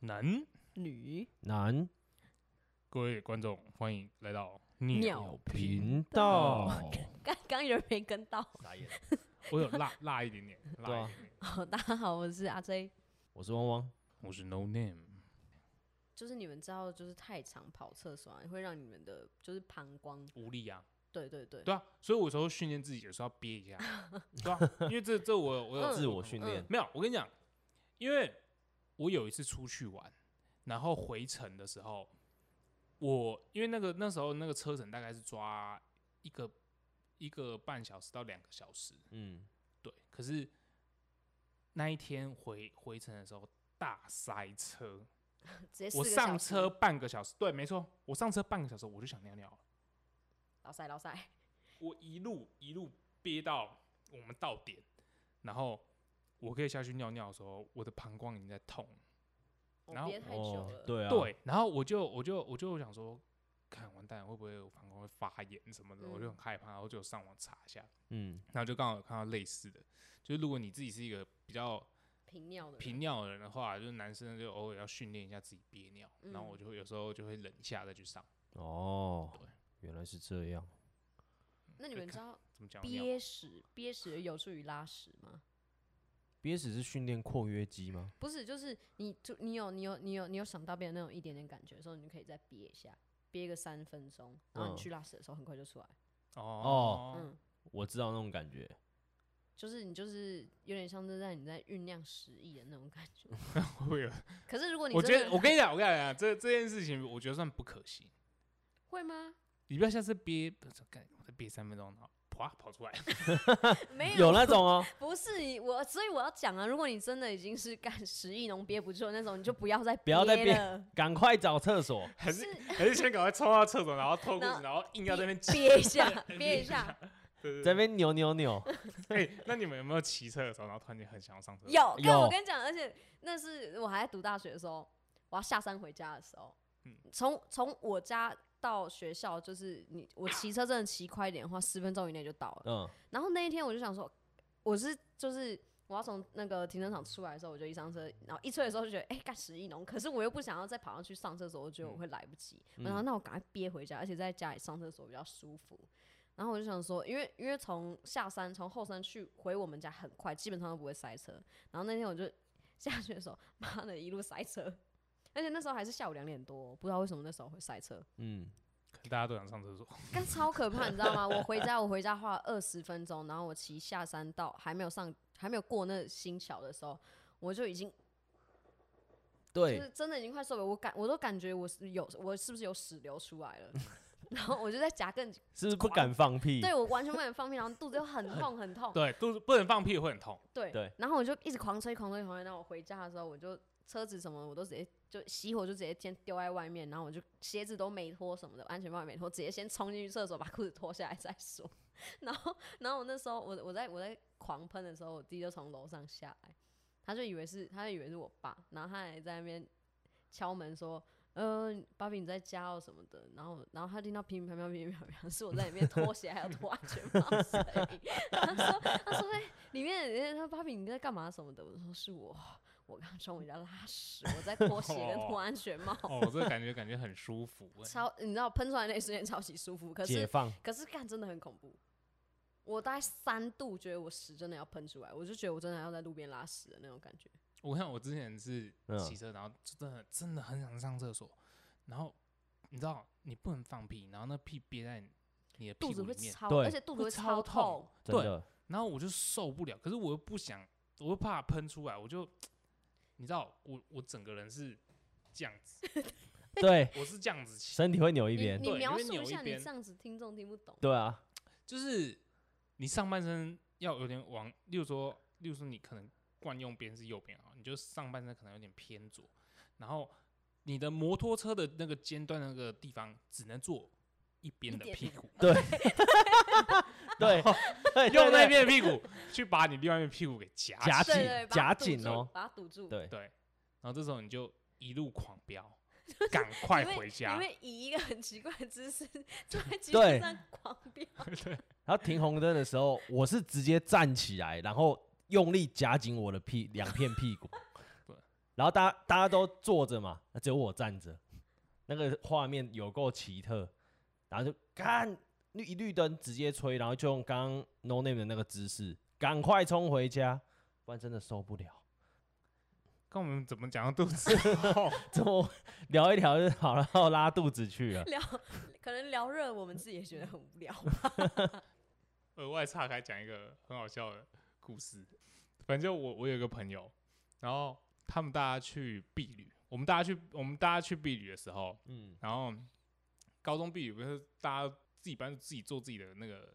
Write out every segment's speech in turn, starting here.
男。女男各位观众，欢迎来到鸟。鸟频 道，刚刚有人没跟到。傻眼。我有辣辣一点点，对辣啊一点点。 好，大家好，我是阿 J。我是汪汪，我是 No Name，就是你们知道，就是太常跑厕所、啊，会让你们的就是膀胱，无力啊，对对对，对啊，所以我有时候训练自己，有时候要憋 一下，对啊，因为这这我有我嗯有自我训练没有，我跟你讲，因为我有一次出去玩，然后回程的时候，我因为那个那时候那个车程大概是抓一个一个半小时到两个小时，嗯，对，可是那一天回回程的时候大塞车，直接四我个上小时车半个小时，对，没错，我上车半个小时我就想尿尿了，老塞老塞，我一路一路憋到我们到点，然后我可以下去尿尿的时候，我的膀胱已经在痛了。我然后哦憋太久了，对啊，，对，然后我就我就我就想说，看完蛋会不会我膀胱会发炎什么的，我嗯就很害怕，然后就上网查一下，嗯，然后就刚好有看到类似的，就是如果你自己是一个比较频尿的人频尿的人的话，就是男生就偶尔要训练一下自己憋尿，然后嗯我就会有时候就会忍一下再去上，哦对，原来是这样，那你们知道怎么讲尿？憋屎憋屎有助于拉屎吗？憋死是训练括约肌吗？不是，就是你就你有你有你有你有想到别人那种一点点感觉的时候，你就可以再憋一下，憋个三分钟，然后你嗯去拉屎的时候很快就出来，哦，嗯我知道那种感觉，就是你就是有点像是在你在酝酿食意的那种感觉。会不会 有？可是如哦果你我真觉的得我跟你讲，我跟你讲，这这件事情我觉得算不可行。会吗？你不要下次憋，不是干，我再憋三分钟，然后啪跑 出来。 没有那种 哦， 不是你我，所以我要讲啊，如果你真的已经是干十亿农憋不住的那种，你就不要再不要再憋了，赶快找厕所，还是还是先赶快冲到厕所，然后脱裤然后子，然后硬要在那边憋 憋一下，憋一下。在那边扭扭扭，哎、那你们有没有骑车的时候，然后突然间很想要上厕所？有，有但我跟你讲，而且那是我还在读大学的时候，我要下山回家的时候，从从我家到学校，就是你我骑车真的骑快一点的话，十分钟以内就到了。嗯，然后那一天我就想说，我是就是我要从那个停车场出来的时候，我就一上车，然后一吹的时候就觉得，哎、干十一农，可是我又不想要再跑上去上厕所，我觉得我会来不及。然后那我赶快憋回家，而且在家里上厕所比较舒服。然后我就想说，因为因为从下山从后山去回我们家很快，基本上都不会塞车。然后那天我就 下去的时候，妈的，一路塞车，而且那时候还是下午两点多，不知道为什么那时候会塞车。嗯可能大家都想上厕所。但超可怕，你知道吗？我回家，我回家花了二十分钟，然后我骑下山到还没有上，还没有过那新桥的时候，我就已经就对，是真的已经快受不了，我感我都感觉我是有我是不是有屎流出来了， 然后我就在夹更，是不是不敢放屁？对我完全不敢放屁，然后肚子又很痛很痛，对，肚子不能放屁会很痛。对对然后我就一直狂吹狂吹狂吹，然后我回家的时候我就。车子什么的我都直接就熄火，就直接先丢在外面，然后我就鞋子都没脱什么的，安全帽也没脱，直接先冲进去厕所把裤子脱下来再说。然后，然后我那时候我我在我在狂喷的时候，我弟就从楼上下来，他就以为是他就以为是我爸，然后他还在那边敲门说：“呃，芭比你在家哦什么的。”然后，然后他听到乒乒乓乓乒乒乓乓，是我在里面脱鞋还有脱安全帽的声音。 他说：“他说哎、里面有人他说芭比你在干嘛什么的？”我说：“是我，我刚从我家拉屎，我在脱鞋跟脱安全帽。”哦，这个感觉感觉很舒 服、哎超，你知道喷出来那一瞬间超级舒服，可解是放，可是干真的很恐怖。我大概三度觉得我屎真的要喷出来，我就觉得我真的要在路边拉屎的那种感觉。我看我之前是嗯骑车，然后真的真的很想上厕所，然后你知道你不能放屁，然后那屁憋在你的肚屁子股会里面，超，对而且肚子会会超痛痛。。真对，的，然后我就受不了，可是我又不想，我又怕喷出来，我就你知道，我我整个人是这样子，对，我是这样子骑，身体会扭一你边，你对描因为述你有一下，一你边这样子听众听不懂。对 啊，就是你上半身要有点往，例如说，例如说你可能惯用边是右边啊，你就上半身可能有点偏左，然后你的摩托车的那个尖端那个地方只能坐一边的一点屁股，对， 对，对用那边的屁股去把你另外一边屁股给夹起来夹紧对对，把它堵夹紧住哦把它堵住。对，对，然后这时候你就一路狂飙，赶快你会回家你。会以一个很奇怪的姿势 坐在机对车上狂飙，然后停红灯的时候，我是直接站起来，然后用力夹紧我的屁两片屁股 对，然后大家大家都坐着嘛，那只有我站着，那个画面有够奇特，然后就干绿一绿灯直接吹，然后就用刚刚 no name 的那个姿势，赶快冲回家，不然真的受不了。 跟我们怎么讲到肚子痛？怎么聊一聊就好了，然后拉肚子去了。聊可能聊热，我们自己也觉得很无聊。额外岔开讲一个很好笑的故事。反正就我我有一个朋友，然后他们大家去避旅，我们大家去我们大家去避旅的时候，嗯，然后高中避旅不是大家自己班自己坐自己的那个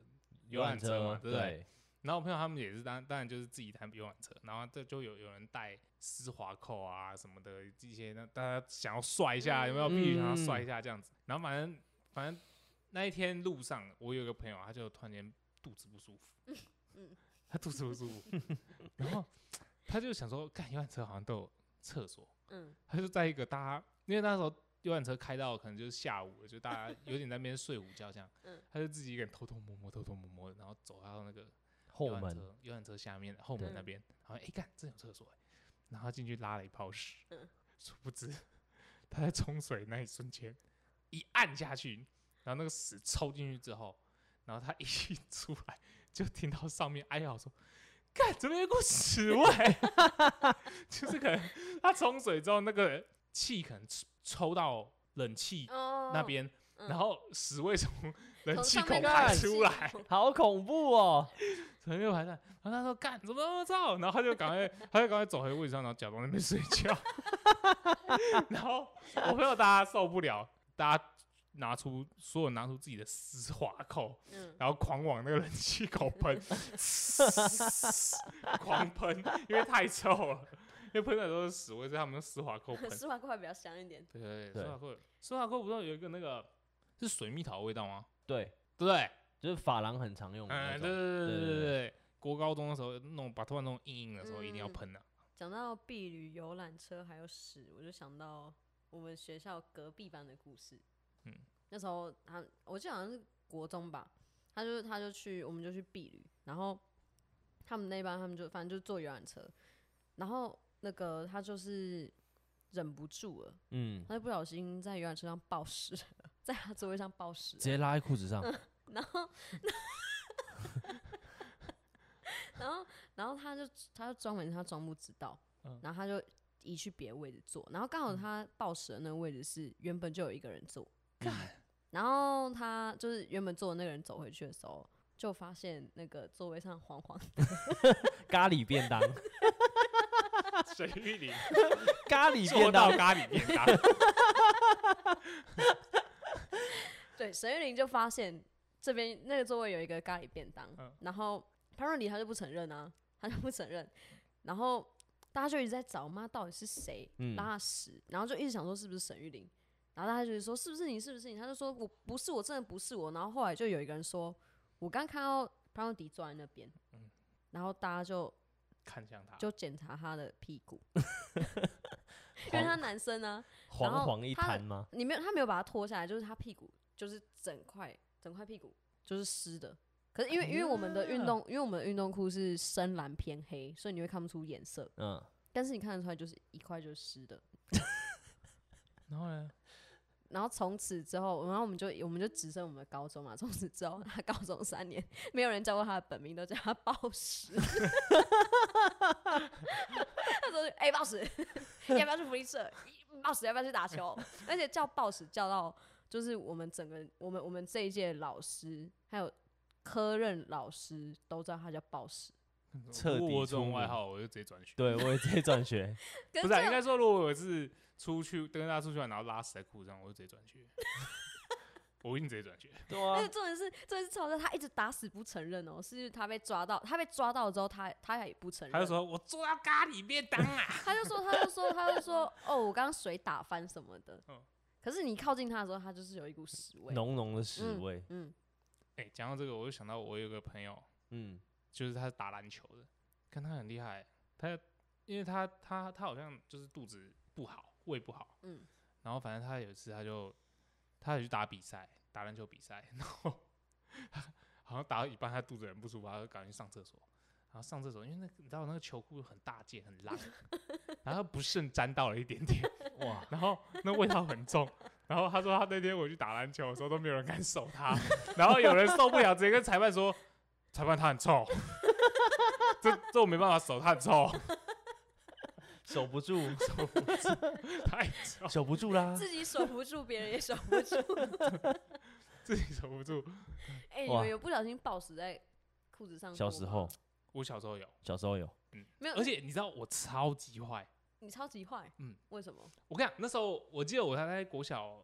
游览车嘛，对不对？对？然后我朋友他们也是当当然就是自己谈游览车，然后这就有有人带丝滑扣啊什么的一些，那大家想要帅一下，有没有？必须想要帅一下这样子。然后反正反正那一天路上，我有一个朋友，他就突然间肚子不舒服，嗯他肚子不舒服， 然后他就想说，看游览车好像都有厕所，嗯，他就在一个大家，因为那时候游览车开到可能就是下午了，就大家有点在那边睡午觉这样，嗯他就自己一个人偷偷摸摸、偷偷摸摸的，然后走到那个后游览门车游览车下面后门那嗯边，然后哎看真有厕所、欸，然后他进去拉了一泡屎，嗯殊不知他在冲水那一瞬间一按下去，然后那个屎抽进去之后，然后他一出来就听到上面哀嚎说。看，怎么有股屎味？ 就是可能他冲水之后，那个气可能抽抽到冷气哦，那边，嗯然后屎味从冷从气上孔面排开始出来，好恐怖哦！陈六排站，然后他说干怎么那么燥，然后他就赶快，他就赶快走回位置上，然后假装在那边睡觉。然后我朋友大家受不了，大家拿出所有拿出自己的丝滑扣，嗯，然后狂往那个冷气口喷，狂喷，因为太臭了，因为喷的都是屎味，所以他们用丝滑 扣喷。丝滑块比较香一点。对对对，对丝滑扣，丝滑扣不知道有一个那个是水蜜桃的味道吗？对，对不对？就是发廊很常用的那哎，对种。对对对对对对，国高中的时候，那种把头发弄硬硬的时候，一定要嗯喷啊的。讲到避旅游览车还有屎，我就想到我们学校隔壁班的故事。嗯，那时候他我记得好像是国中吧，他就他就去我们就去避旅，然后他们那班他们就反正就坐游览车，然后那个他就是忍不住了，嗯，他就不小心在游览车上爆屎了， 在他座位上爆屎了直，接拉在裤子上。然后，然后，然后他就他就装没他装不知道，嗯然后他就移去别的位置坐，然后刚好他报时的那个位置是原本就有一个人坐，嗯然后他就是原本坐的那个人走回去的时候，就发现那个座位上黄 黄的， 咖喱便当，水域里 咖喱做便到当，咖喱便当，对，沈玉玲就发现这边那个座位有一个咖喱便当，嗯然后潘若迪他就不承认啊，他就不承认，然后大家就一直在找妈到底是谁嗯拉屎，然后就一直想说是不是沈玉玲，然后大家就说是不是你是不是你，他就说我不是我真的不是我，然后后来就有一个人说，我刚看到潘若迪坐在那边，嗯啊然后大家就看向他，就检查他的屁股，因为他黄男生啊，然黄后黄一它滩吗？你没有，他没有把它脱下来，就是他屁股，就是整块整块屁股就是湿的。可是因为因为我们的运动，因为我们的运动裤是深蓝偏黑，所以你会看不出颜色，嗯，但是你看得出来就是一块就是湿的。然后呢，然后从此之后，然后我们就我们就直升我们的高中嘛。从此之后，他高中三年，没有人叫过他的本名，都叫他暴 食。他说：“哎、暴食，要不要去福利社？暴食要不要去打球？” 而且叫暴食叫到，就是我们整个我们我们这一届老师还有科任老师都知道他叫暴食。彻如果底我这种出外名号，我就直接转学。对我也直接转学，可不是是啊，这应个该说，如果我是出去跟大家出去玩，然后拉屎在裤子上，我就直接转学。我一定直接转学。 对而啊且，重点是，重点是超哥他一直打死不承认哦，是他被抓到，他被抓到之后，他他也不承认。他就说：“我做到咖喱便当啊他就说，他就说，他就 说，哦，我刚刚水打翻什么的。嗯可是你靠近他的时候，他就是有一股屎味。浓浓的屎嗯味。嗯，！”哎，讲到这个，我就想到我有个朋友，嗯，就是他是打篮球的，看他很厉害、他因为他他他好像就是肚子不好，胃不好，嗯然后反正他有一次他就他也去打比赛，打篮 球比赛，然后好像打到一半他肚子很不舒服，他就赶紧去上厕所，然然后上厕所，因为那个你知道那个球裤很大件很烂，然后不慎沾到了一点点，哇，然后那味道很重。然后他说他那天我去打篮球的时候都没有人敢守他，然后有人受不了，直接跟裁判说：“裁判他很臭，这这我没办法守，他很臭， 守不住，太臭，守不住 啦。自己守不住，别人也守不 住。 自己守不住。哎、你哇们有不小心暴死在裤子上？小时，候，我小时候有，小时候有，没有，而且你知道我超级坏。你超级坏，嗯，为什么？ 我跟你讲，那时候我记得我大概国小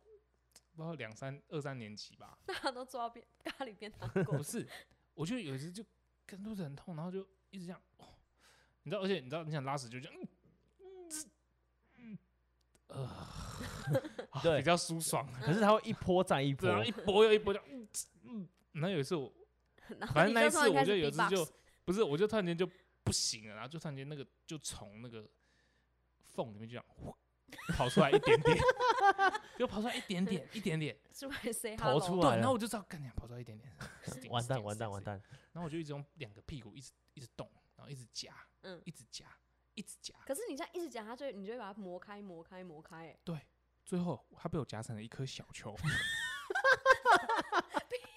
不知道两三二三年级吧，大家都抓变咖喱变糖 果不，是，我就有一次就跟肚子很痛，然后就一直这样，哦、你知道，而且你知道，你想拉屎就这样，嗯 嗯嗯，呃啊，对比较舒 爽，可是它会一波再一波然，后一波又一波这样，嗯嗯，然后有一次我然后反你正那一突次然我开就始有一次 beatbox 就不是，我就突然间就不行了，然后就突然间那个就从那个缝里面就这样呼跑出来一点 点，就跑出来一点点，一点点，出来 say 头 hello，出对，来然后了我，就知道，干娘跑出来一点点，死定 完死蛋定完死蛋定完死定蛋，然后我就一直用两个屁股一直一直动，然后一直夹，嗯一直夹，一直夹，可是你这样一直讲，它就你就会把它磨开、磨开、磨开、欸最后它被我夹成了一颗小球，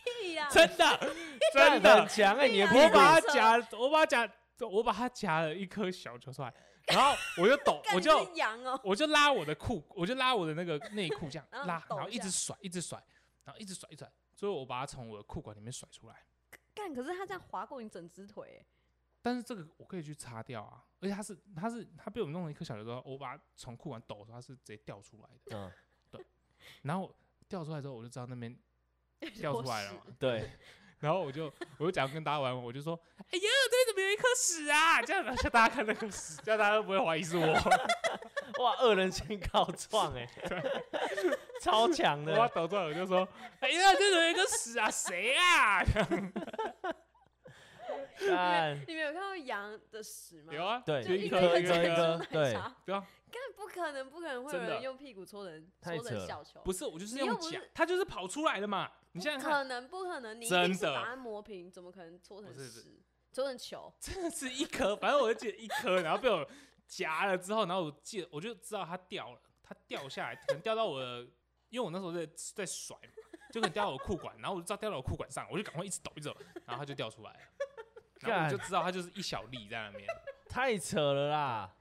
屁呀、真的真干很的，强哎，你的对啊我屁股把它扯夹，我把它夹，我把它夹了一颗小球出来，然后我就抖， 干我你真就是羊哦、我就拉我的裤，我就拉我的那个内裤这样然后拉，抖然后一嗯一下直甩，一直甩，然后一直甩，一直甩，最后我把它从我的裤管里面甩出来。干，可是它这样划过你整只腿、欸，但是这个我可以去擦掉啊，而且它是它是它被我弄了一颗小球之后，我把它从裤管抖的时候，它是直接掉出来的。嗯，然后掉出来之后，我就知道那 边掉坨出 来了嘛屎，对，然后我就我就讲跟大家玩，我就说，哎呀，这边怎么有一颗屎啊？这样叫大家看那颗屎，这样大家都不会怀疑是 我。哇，恶人先告状哎，超强我要的，抖出来，我就说，哎呀，这边怎么有一颗屎啊？谁啊？干，你们有看到羊的屎吗？有啊，啊对就一一颗颗一一颗一一颗颗对对啊，干不可能，不可能会有真的人用屁股搓成太搓扯成了小球，不是，我就是你又用不讲是，它就是跑出来的嘛。你现在 看，可能，不可能，你一真定是的把它磨平，怎么可能搓成不是不是屎？搓成球，真的是一颗，反正我就记得一颗，然后被我夹了之后，然后我记得我就知道它掉了，它掉下来，可能掉到我的，因为我那时候在在甩嘛，就可能掉到我裤管，然后我就知道掉到我裤管上，我就赶快一直抖一直抖，然后它就掉出来了，然后我就知道它就是一小粒在那边，太扯了啦！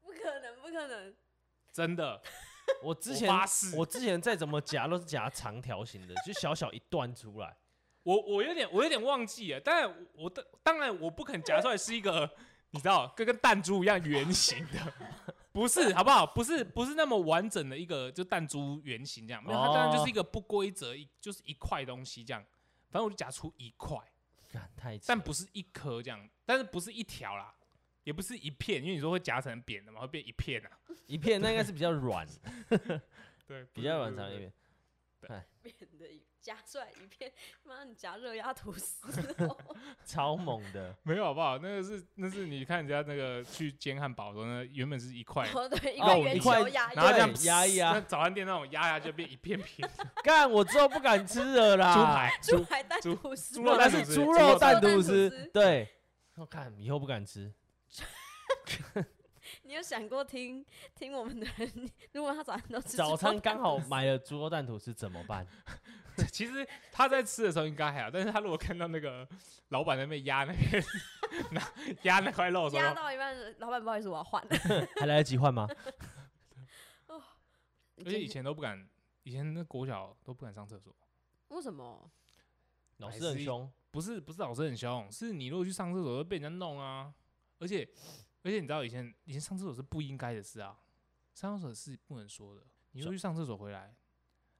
不可能，不可能，真的，我之前我发誓我之前再怎么夹都是夹长条形的，就小小一段 出来，我我有点我有点忘记了，但我我当当然我不肯夹出来是一个，你知道，跟跟弹珠一样圆形的，不是好不好？不是不是那么完整的一个就弹珠圆形这样，没有，它当然就是一个不规则，一就是一块东西这样。反正我就夹出一块，干太扯但不是一颗这样，但是不是一条啦，也不是一片，因为你说会夹成扁的嘛，会变一片啊。一片，那应该是比较软，对，比较软长一。片。扁的一夹出来一片，妈，你夹热压吐司 哦， 超猛的，没有好不好？那个是那是你看人家那个去煎汉堡的时候，那原本是一块然，后对，一哦块一圆块球压然后这压样对压一压那早餐店那种压压就变一片片 干我之后不敢吃了啦。猪排，猪排蛋猪吐司，猪肉那蛋是吐司猪猪肉肉蛋蛋吐吐司司，对，我看以后不敢吃。你有想过听听我们的人， 如果他早上都吃早猪肉餐刚好买了猪肉蛋吐司怎么办？其实他在吃的时候应该还好，但是他如果看到那个老板在那边压那边 拿压那块肉的时压候，到一半，老板不好意思，我要换。还来得及换吗？而且以前都不敢，以前那国小都不敢上厕所，为什么？老师很凶，不是不是老师很凶，是你如果去上厕所会被人家弄啊，而且而且你知道以前以前上厕所是不应该的事啊，上厕所是不能说的，你如果去上厕所回来，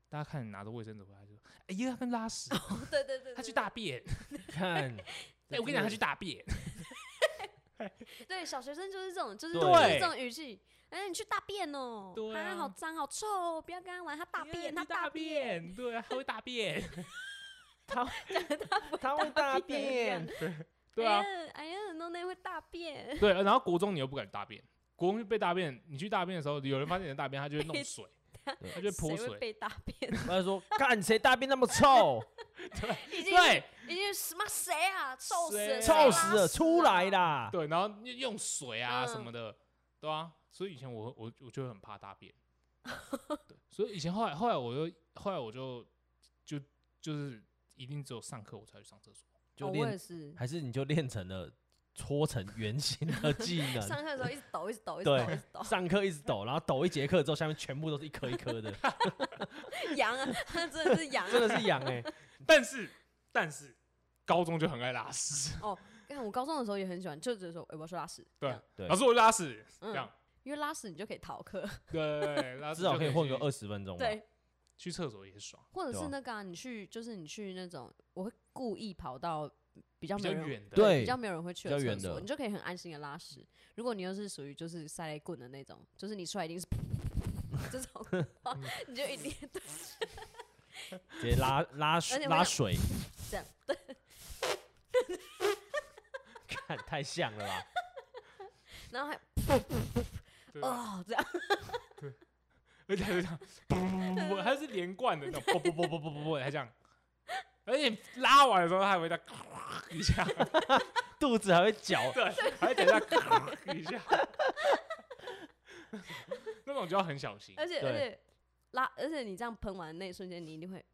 大家看你拿着卫生纸回来就说，哎呀，他跟拉屎，对对对，他去对大便，看， 哎，我跟你讲，他去大便，对，小学生就是这种，就是对就是这种语气。哎，你去大便哦！对啊他好脏好臭哦，不要跟他玩，他大哎呀便，他你大便，便，对啊，他会大 便，他会大便便，对啊哎。呀，哎呀，弄那会大便，对，然后国中你又不敢大便，国中就被大便，你去大便的时候，有人发现你的大便，他 就会弄水，他就会泼谁会水，被大便？ 他就说干谁大便那么臭？已经对已经什么谁啊，臭死了，谁臭谁死拉啊了，出来了，啦！对，啊然后又用水啊什嗯么的，对啊，所以以前我我我就很怕大便，对，所以以前后来后来我就后来我就就就是一定只有上课我才去上厕所，就哦我也练，是。还是你就练成了搓成圆形的技能。上课的时候一直抖，一直抖，一直抖，一对直抖，，上课一直抖，然后抖一节课之后，下面全部都是一颗一颗的， 羊啊，真的是羊真啊！的是痒 哎、但是但是高中就很爱拉屎，看我高中的时候也很喜欢，就只是说，哎，我要去拉屎，对这样对老师我去拉屎，这嗯样，因为拉屎你就可以逃课，对对对，拉至屎少就可以以混个去二十分钟吧。对，去厕所也爽，或者对吧是那个、啊、你去，就是你去那种，我会故意跑到比较比没较有人，远的，对比较没有人会去比较厕远的所，你就可以很安心的拉屎。如果你又是属于就是塞雷棍的那种，就是你出来一定是这种 的话，你就一定直接拉拉且我拉想水， 这样，看太像了吧？然后还对吧，哦这样，而且还是这样，不不不不，它是连贯的那种，不不不不不不不，还这样，而且拉完的时候它还会再一下。肚子还会 绞，对，还等一下咔一下，那种就要很小心。而且对而且拉，而且你这样喷完的那一瞬间，你一定会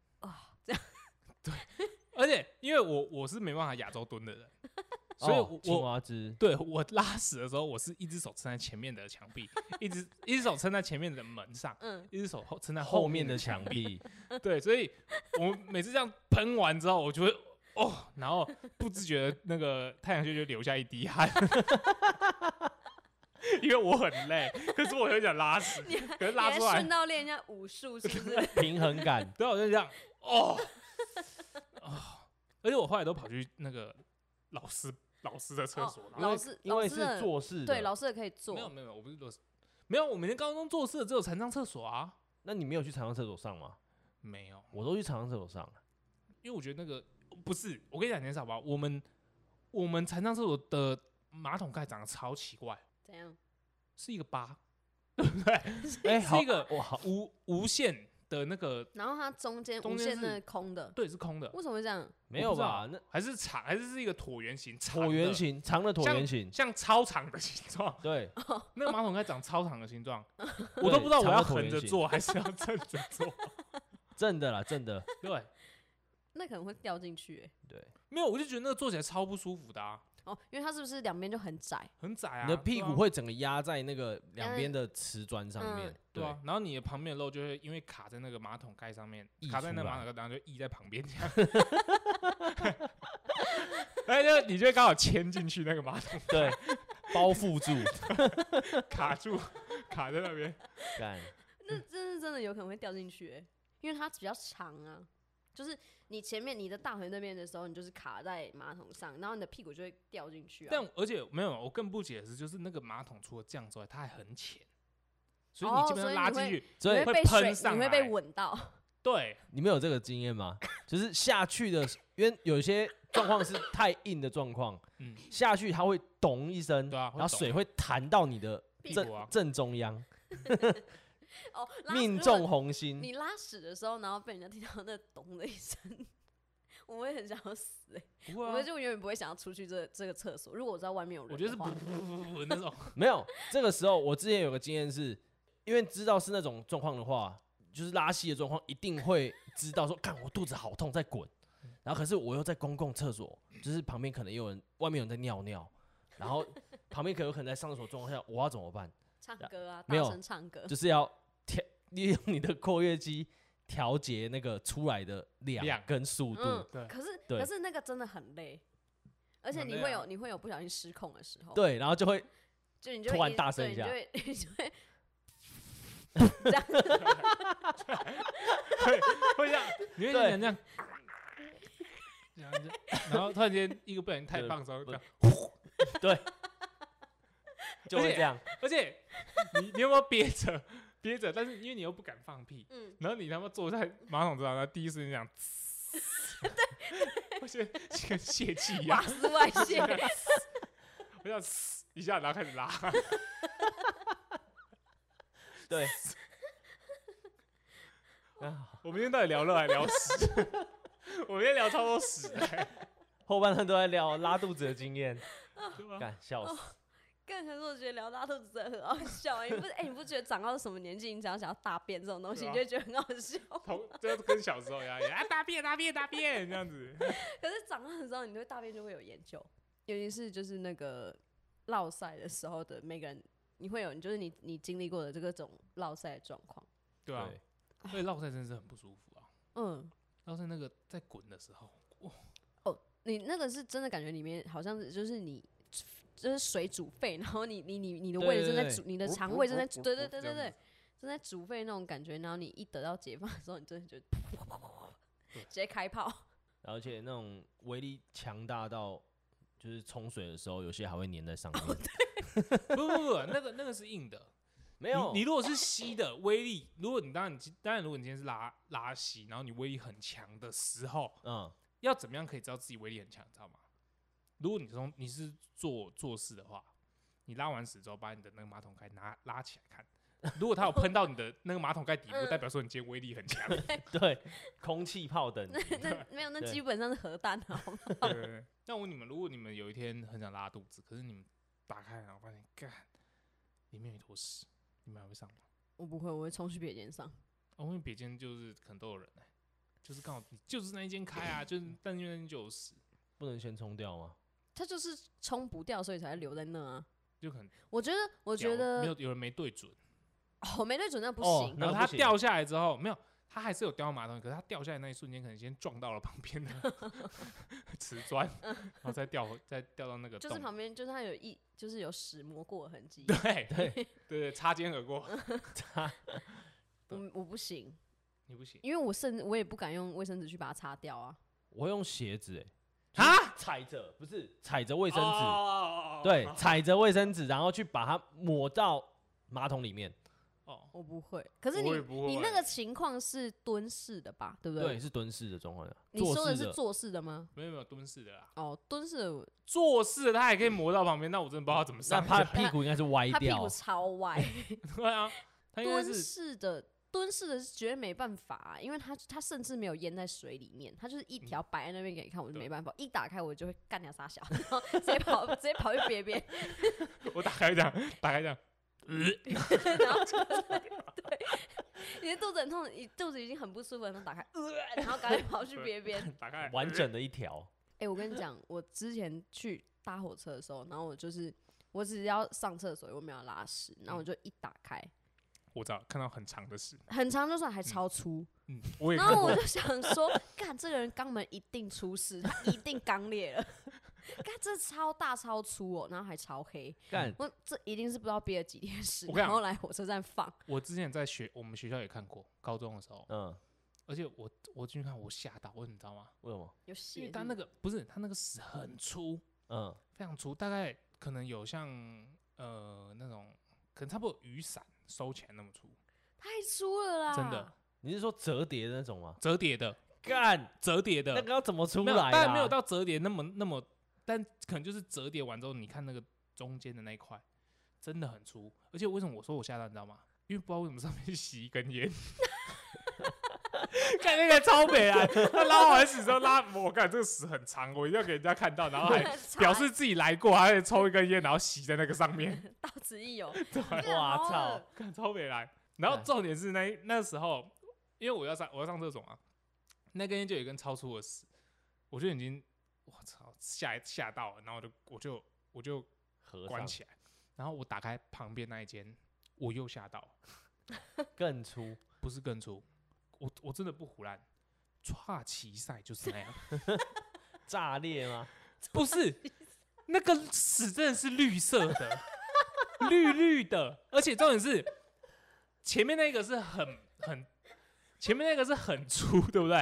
而且因为我我是没办法亚洲蹲的人，所以哦我、青我蛙汁对我拉屎的时候，我是一只手撑在前面的墙壁，一只一只手撑在前面的门上，嗯，一只手后撑在后面面的墙墙。壁，对，所以我每次这样喷完之后，我就会哦，然后不自觉的那个太阳穴就流下一滴汗。 因为我很累，可是我又想拉屎，可是你拉还出来哎顺道练一下武术是不是？平衡 感。对，我就这样，哦，哦，而且我后来都跑去那个老师老师的厕所哦了。老师因为老是师的做事的对，老师哦也可以做没，有没有，没有我不是老师，没有，我每天高中做事的只有残障厕所啊，那你没有去常常厕所上吗？没有，我都去常常厕所上了，因为我觉得那个不是，我跟你讲件事好不好？我们我们残障厕所的马桶盖长得超奇怪，怎样？是一个疤， 哎、是好一个我好，无无限的那个，然后它中间中无间限是的空的，对，是空的，为什么会这样？没有我不知道？吧那还是长，还是是一个椭圆形，长椭圆的，形，长的椭像圆形，像超长的形状。 对，那个马桶盖长超长的形状， 我都不知道我要横着坐还是 要正着坐。正的啦，正的，对，那可能会掉进去、欸。 对，没有，我就觉得那个坐起来超不舒服的啊，哦，因为它是不是两边就很窄？很窄啊，你的屁股会会整个压在那个两边的瓷砖上面嗯，啊对对，啊，然后你的旁边的肉就会因为卡在那个马桶盖上面溢，卡在那出来马桶盖，然后就溢在旁边这样。 哎，就你就会刚好牵进去那个马桶，对， 包覆住，卡住，卡在那 边。干，嗯那真是真的有可能会掉进去、欸，因为它比较长啊。就是你前面你的大腿那边的时候，你就是卡在马桶上，然后你的屁股就会掉进去啊。但而且没有，我更不解释，就是那个马桶除了这样之外，它还很浅，所以哦你基本所以上你拉进会去，所以你会被喷水，上你会被来 吻到。对，你们有这个经验吗？就是下去的时，因为有些状况是太硬的状况，嗯，下去它会咚一声，对啊，会嗯然后抖水会弹到你的屁股啊正正中央，哦，拉如命果中红心。你拉屎的时候，然后被人家听到那咚的一声，我会很想要死、欸。不会我啊觉得就永远不会想要出去这这个厕所。如果我知道外面有人我觉得的是不话，不不不不那种，没有这个时候，我之前有个经验是，因为知道是那种状况的话，就是拉稀的状况，一定会知道说，看我肚子好痛，在滚。然后可是我又在公共厕所，就是旁边可能有人，外面有人在尿尿，然后旁边可能有可能在上厕所状况下，我要怎 么办？唱歌啊，大没有声唱歌，就是要调利用你的括约肌调节那个出来的量量跟速度。嗯对可是对可是那个真的很累，而且很你累会啊有你会有不小心失控的时候。对，然后就会就你就突会然直大对声一下你就会会会这样，你会对想这样， 这样子，然后突然间一个不小心太放松，不这样就会这样。而且你你有没有憋着憋着？但是因为你又不敢放屁， 嗯，然后你他妈坐在马桶之上，然后第一时间讲，我觉得跟泄气一样瓦，斯外 泄， 我想一下，然后开始拉，对。啊，我们今天到底聊热还聊屎？ 我们今天聊超多屎的，后半段都在聊拉肚子的经验，对吧？干笑哦死。更可是我觉得聊大肚子真的很好笑、欸，你不是哎、你不觉得长到什么年纪，你只要想要大便这种东西，对啊你就觉得很好 笑。同这跟小时候一样，啊大便大便大便这样子，可是长大的时候，你对大便就会有研究，尤其是就是那个落赛的时候的每个人，你会有，就是你你经历过的这个种落赛的状况。对啊，所以落赛真的是很不舒服啊。嗯，落赛那个在滚的时候，你那个是真的感觉里面好像是就是你。就是水煮沸，然后你你你你的对胃对正在对煮，你的噗肠噗胃正在噗煮，噗对对噗这对对样对子，正在煮沸那种感觉。然后你一得到解放的时候，你真的觉得对直接开炮。而且那种威力强大到，就是冲水的时候，有些还会粘在上哦面。不不不，那个那个是硬的。没有，你，你如果是吸的威力，如果你当然你当然如果你今天是拉拉吸，然后你威力很强的时候，嗯，要怎么样可以知道自己威力很强，你知道吗？如果你从你是做做事的话，你拉完屎之后，把你的那个马桶盖拿拉起来看，如果它有喷到你的那个马桶盖底部，嗯代表说你今天威力很强。 对，空气炮等级那没有，那对基本上是核弹啊，好吗？ 对对对那我问你们，如果你们有一天很想拉肚子，可是你们打开然后发现，干，里面有一坨屎，你们还会上吗？我不会，我会冲去别间上。哦，因为别间就是可能都有人哎、就是刚好就是那一间开啊，就是但因为那间就有屎，不能先冲掉吗？它就是冲不掉，所以才会留在那啊。就很我觉得，我我觉没得有有人没对准，哦，没对准那不哦行。那然后个它不行掉下来之后没有。它还是有掉到马桶，可是它掉下来那一瞬间，可能先撞到了旁边的瓷砖，然后再掉回再掉到那个就是洞旁边，就是它有一，就是有屎磨过的痕迹。对对对对，擦肩而过，我我不行，你不行因为我甚至我也不敢用卫生纸去把它擦掉啊。我会用鞋子、欸，啊！哦踩着不是踩着卫生纸，纸对，踩着卫生纸，然后去把它抹到马桶里面。哦，我不会。可是我你也不会欸你那个情况是蹲式的吧？对不对，？是蹲式的状况的。你说的的是坐式的吗？没有没有蹲式的啦，哦，蹲式的我坐式的它也可以磨到旁边，那我真的不知道它怎么那上他去。屁股应该是歪它屁掉 股，超歪。对啊，它应该蹲是式的蹲式的是绝对没办法、啊，因为它它甚至没有淹在水里面，它就是一条摆在那边给你看，我嗯就对没办法，一打开我就会干掉傻小，然后直接跑直接跑去别边，我打开这样，打开这样，然后就对，你的肚子很痛，你肚子已经很不舒服了，然后打开，呃、然后赶紧跑去别边。打开完整的一条。哎、我跟你讲，我之前去搭火车的时候，然后我就是我只是要上厕所，我没有拉屎，然后我就一打开，哎我知道看到很长的屎，很长就算还超粗。嗯，我也然看后过我，就想说， 干这个人肛门一定出事，他一定肛裂了。干这超大超粗哦，然后还超黑，干，我这一定是不知道憋了几天屎，我跟你然讲后来火车站放。我之前在学我们学校也看过，高中的时候，嗯，而且我我进去看我吓到，我你知道吗？为什么？因有为血，它那个不是它那个屎很粗，嗯，非常粗，大概可能有像呃那种可能差不多雨伞收起来那么粗，太粗了啦！真的，你是说折叠的那种吗？折叠的，干，折叠的那，个要怎么出没有，来？啊当然没有，到折叠那么那么，但可能就是折叠完之后，你看那个中间的那一块真的很粗，而且为什么我说我吓到，你知道吗？因为不知道为什么上面吸一根烟。 看那个超美啊！他拉完屎之后拉，我看这个屎很长，我一定要给人家看到，然后 还哎表示自己来过，还得抽一根烟，然后吸在那个上面，到此一游。哇哇操！ 看超美来。然后重点是那那时候，因为我要上我要上厕所嘛，那根烟就有一根超粗的屎，我就已经我操吓吓到了，然后我就我就我就合关上起来，然后我打开旁边那一间，我又吓到，更粗，不是更粗，我我真的不胡乱，岔旗赛就是那样，炸裂吗？不是那个屎真的是绿色的， 绿绿的，而且重点是前面那个是很很。前面那个是很粗，对不对？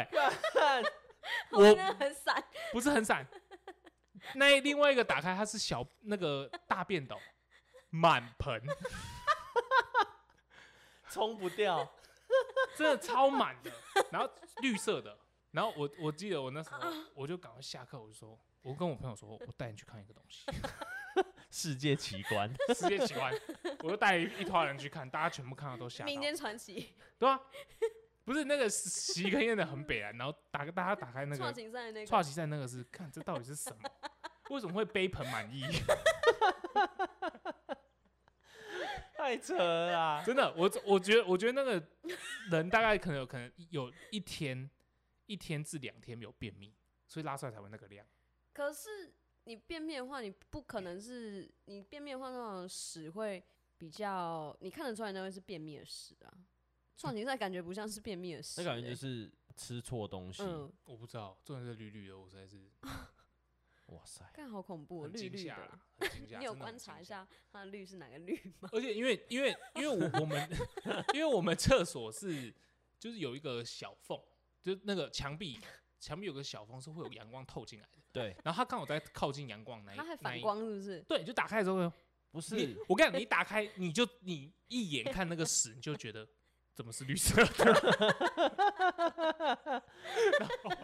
我真我的很闪，不是很散。那另外一个打开，它是小那个大便斗，满盆，冲不掉，真的超满的，然后绿色的。然后我我记得我那时候我就赶快下课，我就说，我跟我朋友说，我带你去看一个东西，世界奇观。世界奇观。我就带一一团人去看，大家全部看到都吓到民。间传奇。对啊，不是那个洗根烟的很北啊，然后打大家打开那创个情赛那个串起在那个是看这到底是什么？为什么会杯盆满意？太扯了啦。真的，我我觉得我觉得那个人大概可能有可能有一天一天至两天没有便秘，所以拉出来才会那个量。可是你便秘的话，你不可能是你便秘的话，那种屎会比较，你看得出来那会是便秘的屎啊。创情赛感觉不像是便秘的屎、那欸，感觉就是吃错东西，嗯，我不知道，重点是绿绿的，我实在是哇塞，看好恐怖哦，很绿惊绿吓的 啦。，很惊吓。你有真的很观察惊一吓？下它的绿是哪个绿吗？而且因为因为因为我我们因为我们厕所是就是有一个小缝，就是那个墙壁墙壁有个小缝是会有阳光透进来的，对，然后它刚好在靠近阳光那一它还那反一光是不是？对，就打开的时候，不你是我跟你讲，你打开你就你一眼看那个屎，你就觉得怎么是绿色的，干好猛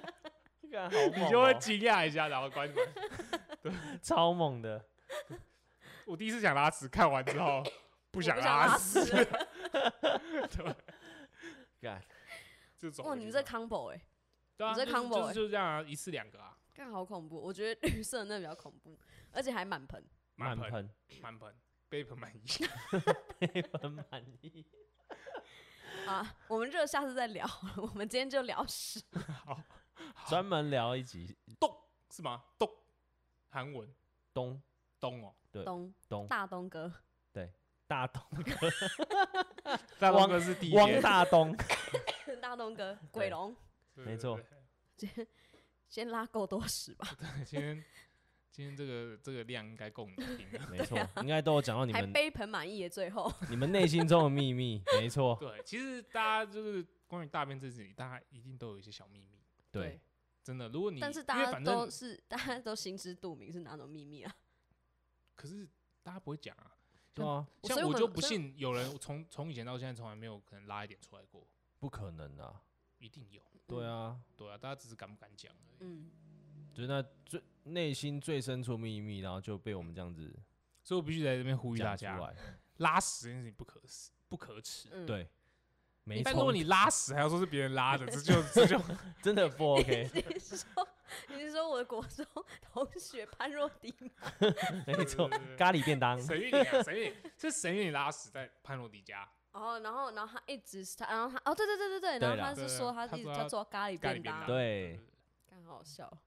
你就会哦惊讶一下，然后关门。超猛的，我第一次想拉屎，看完之 后不想拉屎，屎 了。干就走哇，回你去这吧 combo 哎、对啊，你这就是 combo 就欸是就这样啊，一次两个啊，看好恐怖。我觉得绿色那比较恐怖，而且还满盆。满满盆盆，满盆，杯盆满意。很满意。啊，我们这下次再聊， 我们今天就聊屎。专门聊一集是吗？咚，韩文东咚哦，对东东大东哥，大东， 大汪东哥是第一汪遍，大东，大东哥，鬼龙，对没对错对先拉够多屎吧，对今天 今天这个这个量应该够你听啊了。没错，应该都有讲到你还们杯盆满意的最后。你们内心中的秘密，没错， 对，其实大家就是关于大便这件事情，大家一定都有一些小秘密。对，真的，如果你但是因大为家反都正是大家都心知肚明是哪种秘密啊，可是大家不会讲啊，对啊，哦所以像我我们就不所以信有人从从以前到现在从来没有可能拉一点出来过，不可能啊，一定有。对啊，对啊，大家只是敢不敢讲而已。 嗯，就是那最内心最深处的秘密，然后就被我们这样子所以我必须在这边呼吁大讲出家，来，拉屎这件事情不可思不可耻。嗯，对，没但如果错，你拉屎还要说是别人拉 的，这就这就真的不 OK，你是说你是说我的国中同学潘若迪吗？没错对对，对咖喱便当，沈玉玲啊，沈玉玲是沈玉玲拉屎在潘罗迪家哦，然后然后他一直是他，然后他哦对对对对对，然后对啦他是对说他他一直说他他做咖喱咖喱便便当当，，对看好好笑。哦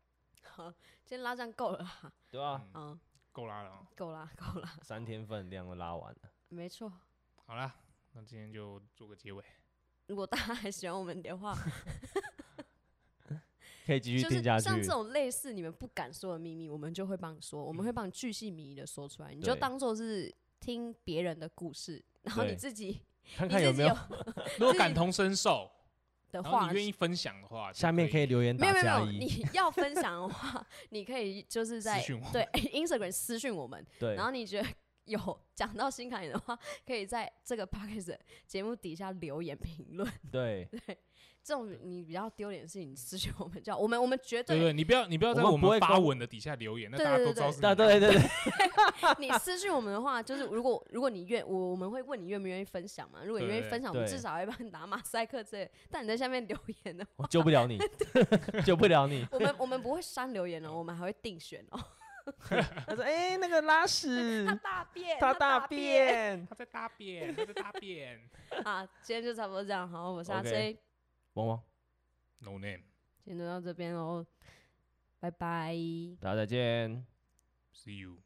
好，今天拉这样够了啦，对啊，嗯嗯，够拉了哦。够啦够啦，三天分量都拉完了，没错。好啦，那今天就做个结 尾。如果大家还喜欢我们的话，可以继续就听是下去像，这种类似你们不敢说的秘密，我们就会帮你说，我们会帮你巨细靡遗的说出来，你就嗯对当做是听别人的故事，然后对你自己看你看自有己没有 如果感同身受，的然后话你，愿意分享的话，下面可以以留言没有没打有没加有，一，你要分享的话， 你可以就是私在讯我。对 Instagram 私讯我们，对然，后你觉得。 有讲到心坎里的话，可以在这个 podcast 的节目底下留言评论。对，这种你比较丢脸的事情，你私信我们就好。我们我们绝对对，对，你不要你不要在我们我不会们发公文的底下留言，那对大家对都对知道是那你对对 对， 你私讯我们的话，就是如果如果你愿我我们会问你愿不愿意分享嘛？如果你愿意分享，我对们至少会帮你拿马赛克之类的。但你在下面留言呢，我救不了你，救不了你。我们我们不会删留言哦，我们还会定选哦。 他说：“哎、那个拉屎，大便他大便。他在大便，他在大便。啊！今天就差不多这样，好，我是阿 OK C，汪汪， No name，今天就到这边喽，拜拜。大家再见。 see you。